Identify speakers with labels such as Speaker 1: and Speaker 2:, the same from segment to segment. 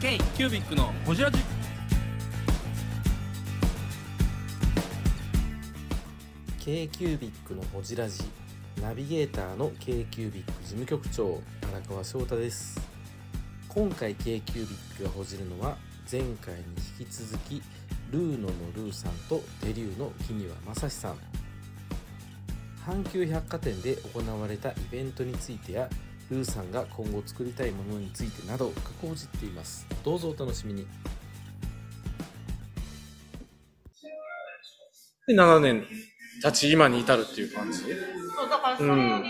Speaker 1: K キュービックのホジラジ。
Speaker 2: k q b i c のほじラジナビゲーターの k q b i c 事務局長荒川翔太です今回 k q b i c がほじるのは前回に引き続きルーノのルーさんとデリューの木庭正史さん阪急百貨店で行われたイベントについてやルーさんが今後作りたいものについてなど深くほじっていますどうぞお楽しみに
Speaker 3: で、7年経ち、今に至るっていう感じ。
Speaker 4: そう、だからそれを増やして、で、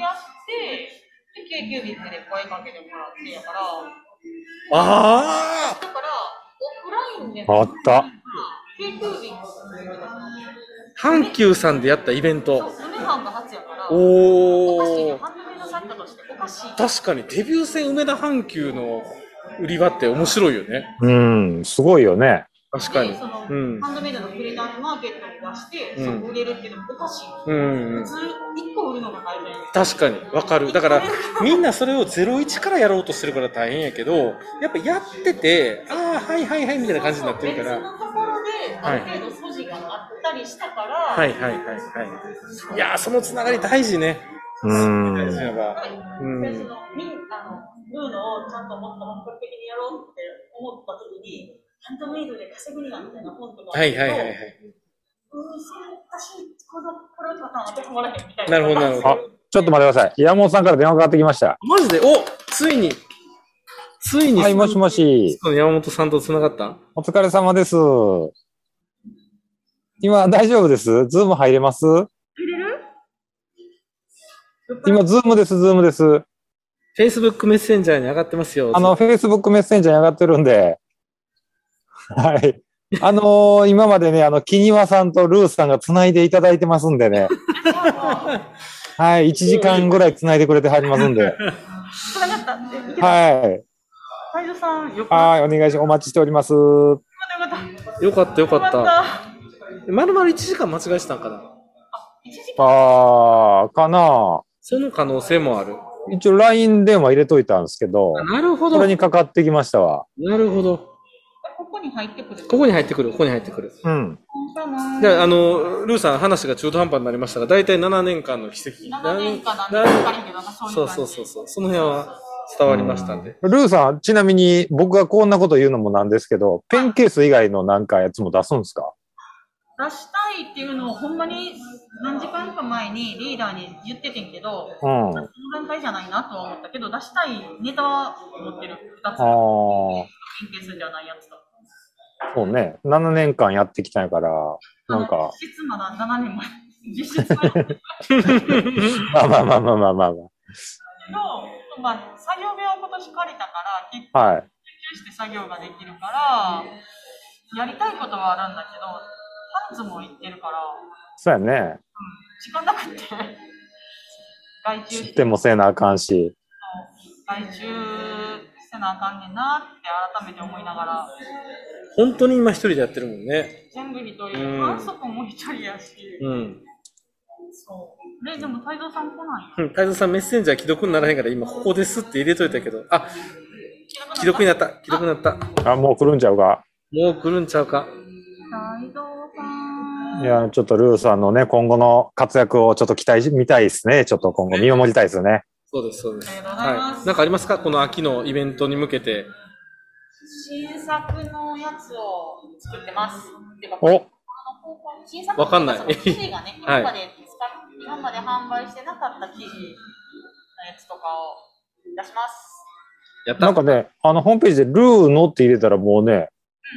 Speaker 4: k キュービックで声かけてもらってやから、だ
Speaker 3: ああ
Speaker 4: から、オフラインで、
Speaker 5: あった
Speaker 4: k キュービックを作るんだ
Speaker 3: 阪急さんでやったイベン
Speaker 4: そう、
Speaker 3: ト。
Speaker 4: スネさんが初やから、おかしい
Speaker 3: お
Speaker 4: ね、
Speaker 3: ー。
Speaker 4: 半分の作家としておかしい。
Speaker 3: 確かにデビュー戦梅田阪急の売り場って面白いよね。
Speaker 5: うん、すごいよね。
Speaker 3: 確かに
Speaker 4: でそ。の
Speaker 3: うん。
Speaker 4: ハンドメイドのプレターのマーケットに出して、
Speaker 3: うん
Speaker 4: そこ売れるっていうのもおかしい。
Speaker 3: うんうん
Speaker 4: 普通、1個売るのが大変。
Speaker 3: 確かに、わかる。だから、みんなそれを01からやろうとしてるから大変やけど、やっぱやってて、ああ、はいはいはいみたいな感じになってるか
Speaker 4: 別
Speaker 3: ら。
Speaker 4: のところで、ある程度素地があったりしたから、
Speaker 3: はいはいはいはい。いやー、そのつながり大事ね。
Speaker 5: う
Speaker 3: 大事
Speaker 5: ん。
Speaker 3: やば。うん
Speaker 4: でそのみんあのルーノをちゃんともっと本格的にやろうって思った時に、ハンドメイドで稼ぐにはみたいな本とか
Speaker 3: はいはいはいはい。
Speaker 4: うーん、それおかしい、このこれパターン当てはまらへんみたい
Speaker 3: な
Speaker 4: な。
Speaker 3: るほどなるほど
Speaker 4: そういう
Speaker 5: ちょっと待ってください。山本さんから電話かかってきました。
Speaker 3: マジでおついに、ついに、
Speaker 5: はい、もしもし。
Speaker 3: その山本さんと繋がった
Speaker 5: お疲れ様です。今、大丈夫ですズーム入れます今、ズームです、ズームです。
Speaker 3: ?Facebook メッセンジャーに上がってますよ。
Speaker 5: あの、Facebook メッセンジャーに上がってるんで。はい。あのー今までね、あの、木庭さんとルースさんが繋いでいただいてますんでね。はい、1時間ぐらい繋いでくれてはりますんで。
Speaker 4: つながったって。いけた
Speaker 5: はい。
Speaker 4: 太蔵さん、よかっ
Speaker 5: はい、お願いし、お待ちしております。
Speaker 4: た。よかった。
Speaker 3: よかったよかった。
Speaker 4: よかっ
Speaker 3: まるまる1時間間違えしたんかな
Speaker 4: 一時間
Speaker 5: あー、かな
Speaker 3: その可能性もある。
Speaker 5: 一応 LINE 電話入れといたんですけど、
Speaker 3: あなるほど。
Speaker 5: これに
Speaker 3: な
Speaker 5: かかってきましたわ。
Speaker 3: るほど。
Speaker 4: ここに入ってくる。
Speaker 3: ここに入ってくる、ここに入ってくる。
Speaker 5: うん。
Speaker 3: じゃあ、あの、ルーさん話が中途半端になりましたが、大体7年間の奇跡。
Speaker 4: 7年かなんで
Speaker 3: な
Speaker 4: 分かれへんけど、なんかそうい
Speaker 3: そうう
Speaker 4: 感じ。
Speaker 3: そうそうそう。その辺は伝わりましたんで。
Speaker 5: ルーさん、ちなみに僕がこんなこと言うのもなんですけど、ペンケース以外のなんかやつも出すんですか
Speaker 4: 出したいっていうのをほんまに何時間か前にリーダーに言っててんけど、
Speaker 5: うん。
Speaker 4: そ
Speaker 5: あ
Speaker 4: の段階じゃないなとは思ったけど、出したいネタは持ってる。二つ。
Speaker 5: あー、そ
Speaker 4: 研究するんじゃないやつと。
Speaker 5: うね。7年間やってきたんやから、なん
Speaker 4: あの
Speaker 5: か、
Speaker 4: 実質まだ7年前。実質までの、
Speaker 5: まあまあまあまあまあまあま
Speaker 4: まあ、作業部屋を今年借りたから、結
Speaker 5: あ。はい。
Speaker 4: 集して作業ができるから、やりたいことはあるんだけど、ハンズも行ってるから、
Speaker 5: そうやね。
Speaker 4: 時間なくて。 外注
Speaker 5: 知ってもせなあかんし。
Speaker 4: 外注せなあかんねんなって改めて思いながら、
Speaker 3: 本当に今一人でやってるもんね。
Speaker 4: 全部一人、
Speaker 3: うん
Speaker 4: 反則も一人やし、
Speaker 3: うん。
Speaker 4: そう。で、でも太蔵さん来ないよ。
Speaker 3: うん太蔵さんメッセンジャー既読にならへんから今ここですって入れといたけど、あ、既読になった、既読になった。
Speaker 5: あ、もう来るんちゃうか。
Speaker 3: もう来るんちゃうか。
Speaker 4: 太蔵さん。
Speaker 5: いや、ちょっとルーさんのね、今後の活躍をちょっと期待し、見たいですね。ちょっと今後見守りたいですよね。
Speaker 3: そうです、そうです。
Speaker 4: ありがとうございます
Speaker 3: はい。なんかありますかこの秋のイベントに向けて。
Speaker 4: 新作のやつを作ってます。てか
Speaker 5: お
Speaker 4: 新作
Speaker 3: わかんない
Speaker 4: その記事がね、
Speaker 3: はい
Speaker 4: 今まで使っ今まで販売してなかった記事のやつとかを出します。
Speaker 3: やった
Speaker 5: なんかね、あの、ホームページでルーのって入れたらもうね、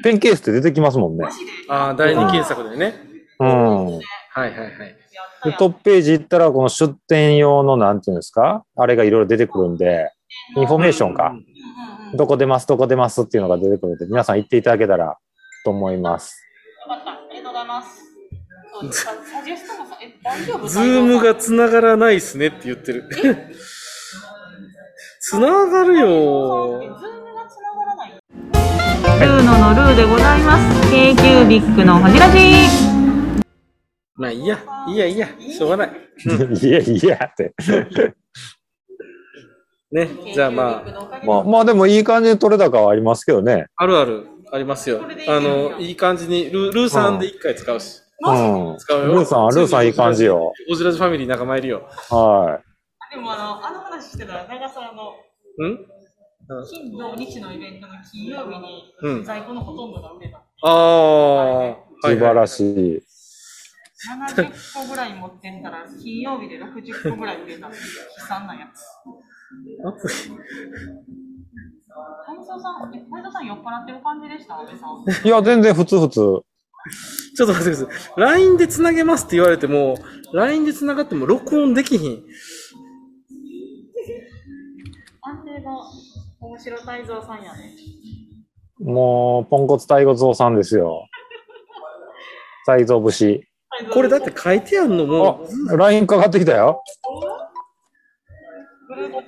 Speaker 5: ペンケースって出てきますもんね
Speaker 4: マ。ジで
Speaker 3: ああ、第二検索でね。
Speaker 5: うん。
Speaker 3: はいはいはい。
Speaker 4: やった
Speaker 5: で
Speaker 4: や
Speaker 5: トッ
Speaker 4: ん
Speaker 5: プページ行ったら、この出店用の、なんていうんですかあれがいろいろ出てくるんで、インフォメーションか。
Speaker 4: うんうん。よ
Speaker 5: どこ出ます、どこ出ますっていうのが出てくるんで、皆さん行っていただけたらと思います。
Speaker 4: かった。ありがとうございます。そうですかサジェストもさ、え、大丈夫
Speaker 3: ズームが
Speaker 4: 太
Speaker 3: 繋がらないっすねって言ってる。繋がるよ
Speaker 4: 蔵さんってズームが繋がらない。ルーノのルーでございます。K キュービックのほじらじ。
Speaker 3: まあいいや、 いいやいいや、しょうがない。
Speaker 5: いやいやって。
Speaker 3: ね。じゃあまあ、
Speaker 4: あ
Speaker 5: まあ、まあでもいい感じで取れ高はありますけどね。
Speaker 3: あるある、ありますよ。あの、いい感じに、ルルーさんで一回使うし。
Speaker 5: うん。ル
Speaker 3: 使うよ
Speaker 5: ーさん、ルーさんいい感じよ。
Speaker 3: オジラジファミリー仲間いるよ。
Speaker 5: は。
Speaker 4: でもあの、あの話してたら、長沢の
Speaker 3: うん
Speaker 4: 金土日のイベントの金曜日に、
Speaker 3: うん。
Speaker 4: 在庫のほとんどが売れた。
Speaker 3: ああ、はい
Speaker 5: 素晴ら
Speaker 3: い。
Speaker 5: しい。
Speaker 4: 70個ぐらい持ってんたら、金曜日で60個ぐらい売れた。悲惨なやつ。太蔵さん、え太蔵さん酔っ払ってる感じでした、安倍さん。
Speaker 5: いや、全然普通普通。
Speaker 3: ちょっと待ってください。LINE で繋げますって言われても、LINE で繋がっても録音できひん。
Speaker 4: 安定の面白太蔵さんやね。
Speaker 5: もう、ポンコツ大悟蔵さんですよ。大蔵節。
Speaker 3: これだって書いてあるの
Speaker 5: あ
Speaker 3: も、、
Speaker 5: LINE かかってきたよ。
Speaker 4: ブルードチーム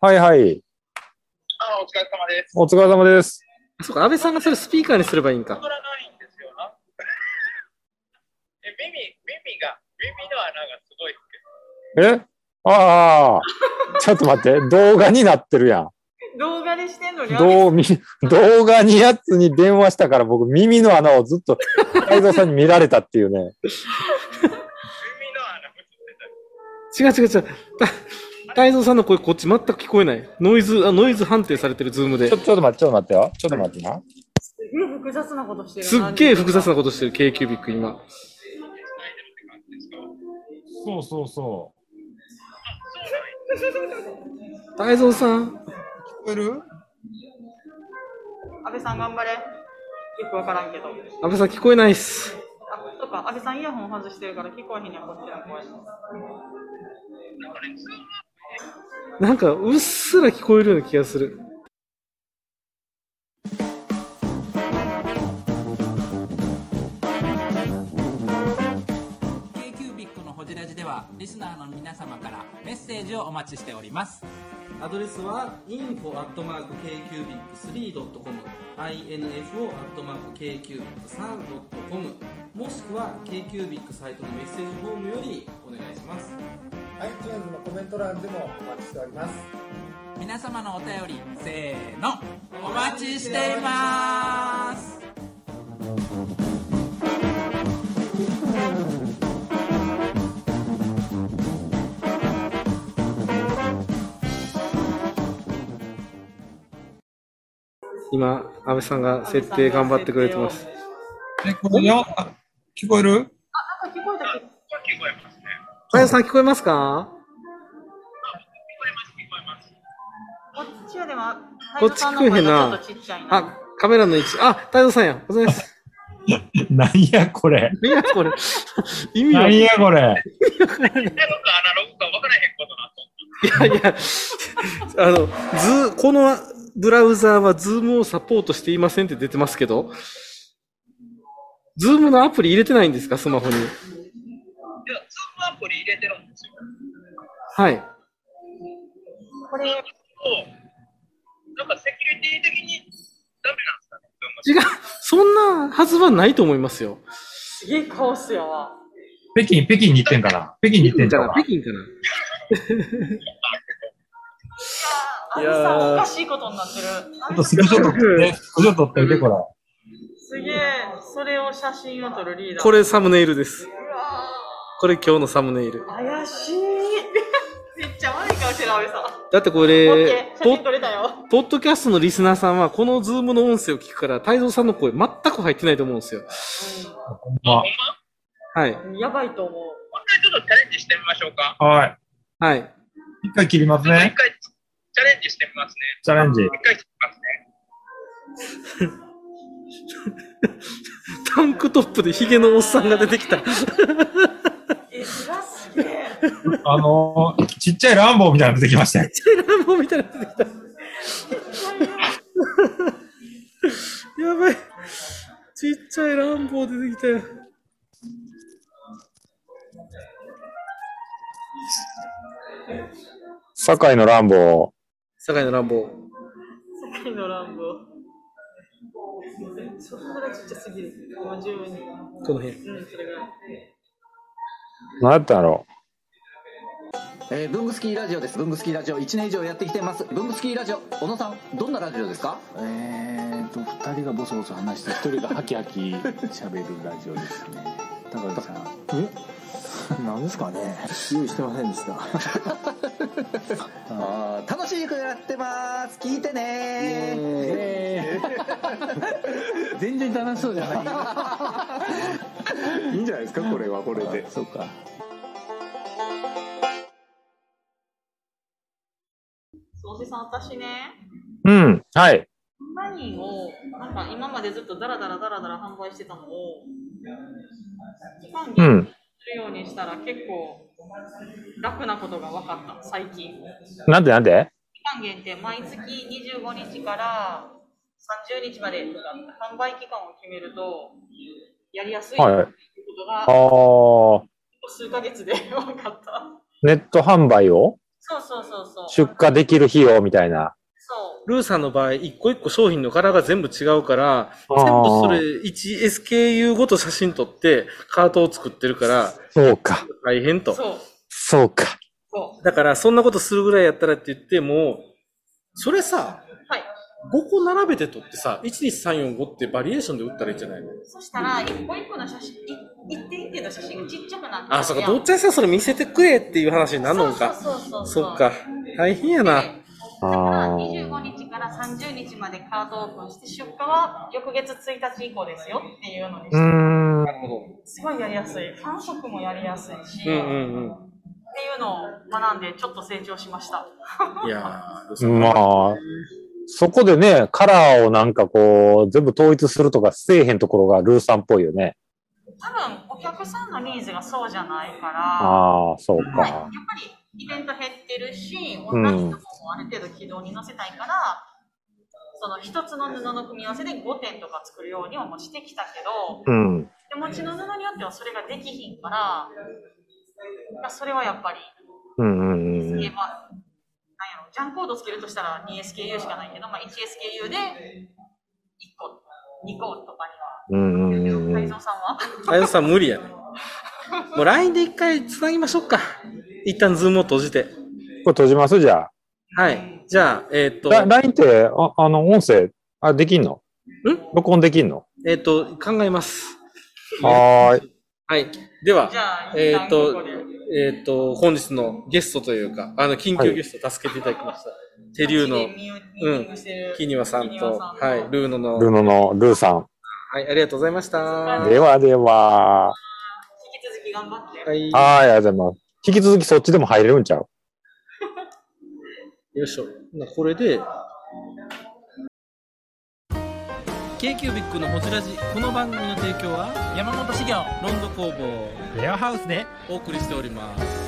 Speaker 5: はいはい。
Speaker 6: あ、お疲れ様です。
Speaker 5: お疲れ様です。
Speaker 3: そうか、安倍さんがそれスピーカーにすればいいんか。
Speaker 6: 踊らないんですよな。 え、耳、耳が、耳の穴がすごいですけど。
Speaker 5: えああ。ちょっと待って。動画になってるやん。
Speaker 4: 動画でしてんのに、
Speaker 5: どうみ動画にやつに電話したから僕耳の穴をずっと太蔵さんに見られたっていうね。
Speaker 6: 耳の穴映ってた。
Speaker 3: 違う違う違う。た太蔵さんの声こっち全く聞こえない。ノイズ、あノイズ判定されてるズームで
Speaker 5: ちょ、。ちょっと待って、ちょっと待ってよ。ちょっと待ってな。
Speaker 4: すげえ複雑なことしてる。
Speaker 3: すっげえ複雑なことしてる、k キュービック今。
Speaker 5: そうそうそ
Speaker 3: 太蔵さん。
Speaker 4: 安倍さん頑張れ。よくわからんけど。
Speaker 3: 安倍さん聞こえないっす。
Speaker 4: あ、そうか、安倍さんイヤホン外してるから聞こえへんやん、こっちの声。
Speaker 3: なんか、うっすら聞こえるような気がする。
Speaker 7: k q b i c のホジラジではリスナーの皆様からメッセージをお待ちしております
Speaker 1: アドレスは info.kcubic3.com info.kcubic3.com もしくは KQBIC サイトのメッセージフォームよりお願いします
Speaker 8: iTunes のコメント欄でもお待ちしております
Speaker 7: 皆様のお便りせーのお待ちしています
Speaker 3: 今、安倍さんが設定頑張ってくれてます。
Speaker 4: あ、聞こえたけど。
Speaker 6: これ聞こえますね。
Speaker 3: 太蔵さん聞こえますか
Speaker 6: 聞こえます、聞こえます。
Speaker 4: こっちはでも、
Speaker 3: こっち聞こえへんな
Speaker 4: 太蔵さの声がちょっとちっちゃいな。
Speaker 3: あ、カメラの位置。あ、太蔵さんや。お疲れ様 です。
Speaker 5: う。なんやこれ。
Speaker 3: いや、これ。 意味
Speaker 5: な
Speaker 3: は。
Speaker 5: ん
Speaker 3: い
Speaker 5: やこれ。
Speaker 6: アナログかアナログか分からへんことなと。
Speaker 3: やいや。あの、ズ、このブラウザーはズームをサポートしていませんって出てますけど、ズームのアプリ入れてないんですかスマホに。
Speaker 6: いや、ズームアプリ入れてるんですよ。
Speaker 3: はい。
Speaker 4: これ、
Speaker 6: そう。なんかセキュリティ的にダメなんですかね、ズーム
Speaker 3: 違う。そんなはずはないと思いますよ。
Speaker 4: すげえカオスやわ。
Speaker 5: 北京、北京に行ってんかな。北京に行ってん
Speaker 3: じ
Speaker 5: か
Speaker 3: ゃあ、
Speaker 5: な
Speaker 3: 北。京かな。
Speaker 4: 安
Speaker 3: いや
Speaker 4: 倍
Speaker 3: ー
Speaker 4: さん、おかしいことになってる。ち
Speaker 5: ちょっとスクショ撮って、スクショ撮ってみて、これ。
Speaker 4: すげえ、それを写真を撮るリーダー。
Speaker 3: これサムネイルです。
Speaker 4: うわ
Speaker 3: これ今日のサムネイル
Speaker 4: ー。怪 しい。めっちゃ悪い顔してる、安倍さん。
Speaker 3: だってこ
Speaker 4: オッケ
Speaker 3: れ
Speaker 4: ー、
Speaker 3: ポ
Speaker 4: 写真撮
Speaker 3: ッ
Speaker 4: れたよ。
Speaker 3: ポッドキャストのリスナーさんは、このズームの音声を聞くから、太蔵さんの声全く入ってないと思うんですよ。
Speaker 5: あ
Speaker 3: はい。
Speaker 4: やばいと思う。
Speaker 6: もう一回ちょっとチャレンジしてみましょうか。
Speaker 5: はい。
Speaker 3: はい。
Speaker 5: 一回切ります
Speaker 6: ちょっと一
Speaker 5: ね。
Speaker 6: 回チャレンジしてみますね。
Speaker 5: チャレンジ。
Speaker 6: 一回切りますね。
Speaker 3: タンクトップでヒゲのおっさんが出てき た。
Speaker 4: え、すがすげえ。
Speaker 5: あのー、ちっちゃいランボーみたいなの出てきましたよ。
Speaker 3: もうみたいなの出てきた。 やばい。ちっちゃいランボー出てきたよ。
Speaker 5: 堺のランボー。
Speaker 3: 酒井のランボー。
Speaker 4: 世界の乱暴。そんならちっちゃすぎる。もう十分に。
Speaker 3: この辺。
Speaker 4: うん、それぐらい。
Speaker 5: 何やったんやろ
Speaker 9: えー、ブングスキーラジオです。ブングスキーラジオ1年以上やってきてます。ブングスキーラジオ、小野さん、どんなラジオですか
Speaker 10: えーと2人がボソボソ話して1人がハキハキ喋るラジオですね高橋さんえなんですかね用意してませんで した
Speaker 9: あー楽しくやってます。聞いてねー。
Speaker 10: 全然楽しそうじゃないいいんじゃないですかこれはこれでそうか
Speaker 4: そうせさん、私ね、
Speaker 5: うん。はい。
Speaker 4: オンラインを、なんか今までずっとダラダラダラダラ販売してたのを、期間
Speaker 5: う
Speaker 4: 限定
Speaker 5: ん。
Speaker 4: するようにしたら結構楽なことが分かった、最近。
Speaker 5: なんでなんで
Speaker 4: 期間限定、毎月25日から30日まで販売期間を決めると、やりやすいと
Speaker 5: はいいう
Speaker 4: ことが、
Speaker 5: あー、
Speaker 4: 数ヶ月で 分かった。
Speaker 5: ネット販売を
Speaker 4: そうそうそうそう。
Speaker 5: 出荷できる費用みたいな。
Speaker 4: そう。
Speaker 3: ルーさんの場合、一個一個商品の柄が全部違うから、
Speaker 5: あ
Speaker 3: 全部
Speaker 5: ー
Speaker 3: それ、1 SKU ごと写真撮って、カートを作ってるから、
Speaker 5: そうか。
Speaker 3: 大変と。
Speaker 4: そう。
Speaker 5: そうか。
Speaker 4: そ
Speaker 3: だから、そんなことするぐらいやったらって言っても、それさ、
Speaker 4: う。はい。
Speaker 3: 5個並べて撮ってさ、12345ってバリエーションで打ったらいいんじゃないの
Speaker 4: そしたら、一個一個の写真、い一点一点の写真がちっちゃくなって
Speaker 3: あ、そっか、どっ
Speaker 4: ち
Speaker 3: ちゃさ、それ見せてくれっていう話になるのか。
Speaker 4: そうそうそうそう。
Speaker 3: そっか。大変や
Speaker 4: で。
Speaker 3: な。
Speaker 4: だから25日から30日までカードオープンして出荷は翌月1日以降ですよっていうのにして
Speaker 5: うーん。
Speaker 3: なるほど。
Speaker 4: すごいやりやすい反則もやりやすいし、
Speaker 3: うん
Speaker 4: っていう
Speaker 3: うん
Speaker 4: のを学んでちょっと成長しました
Speaker 3: うん。いやー、ルーさん
Speaker 5: まあ、そこでね、カラーをなんかこう、全部統一するとかせえへんところがルーさんっぽいよね。
Speaker 4: 多分お客さんのニーズがそうじゃないから
Speaker 5: ああ、そう
Speaker 4: はい、やっぱ
Speaker 5: か。
Speaker 4: りイベント減ってるし、オ
Speaker 5: う
Speaker 4: ン
Speaker 5: ん
Speaker 4: ラインとかもある程度軌道に乗せたいから、その一つの布の組み合わせで5点とか作るようにはもうしてきたけど、
Speaker 5: うん。
Speaker 4: 手持ちの布によってはそれができひんから、まあそれはやっぱり、
Speaker 5: うんうんうんう
Speaker 4: 言えば、なんや
Speaker 5: ん。
Speaker 4: ろ、ジャンコードつけるとしたら 2SKU しかないけど、まあ、1SKU で1個、2個とか
Speaker 5: うんうん
Speaker 4: に
Speaker 5: う
Speaker 4: は。
Speaker 5: んう
Speaker 4: 太
Speaker 5: ん。
Speaker 4: 蔵さんは
Speaker 3: あやさん無理やね。もう LINE で一回繋ぎましょうか。一旦ズームを閉じて。
Speaker 5: これ閉じますじゃ
Speaker 3: はい。じゃあ、えっ、
Speaker 5: あ。
Speaker 3: と、
Speaker 5: ラ LINE って、ああの、音声、あ、できんの
Speaker 3: ん
Speaker 5: 録音できんの
Speaker 3: えっ、と、考えます。
Speaker 5: はーい。
Speaker 3: はい。では
Speaker 4: じ、ゃあ、
Speaker 3: えっ、
Speaker 4: 一旦ことこで、
Speaker 3: えっ、と、本日のゲストというか、あの、緊急ゲスト助けていただきました。手竜の
Speaker 4: ミューティングしてる
Speaker 3: キニワさん
Speaker 4: キニワ
Speaker 3: と、
Speaker 4: さんと
Speaker 3: はい、ルーノの、
Speaker 5: ルノのルーさん。
Speaker 3: はい、ありがとうございました。は
Speaker 5: ではでは。
Speaker 4: 引き続き頑張って。
Speaker 3: い。よ
Speaker 5: はい、ありがとうございます。引き続きそっちでも入れるんちゃう
Speaker 3: いしょ。なこれで、
Speaker 1: k q b i c のホジラジこの番組の提供は
Speaker 7: 山本修行
Speaker 1: ロンド工房
Speaker 7: レアハウスで
Speaker 1: お送りしております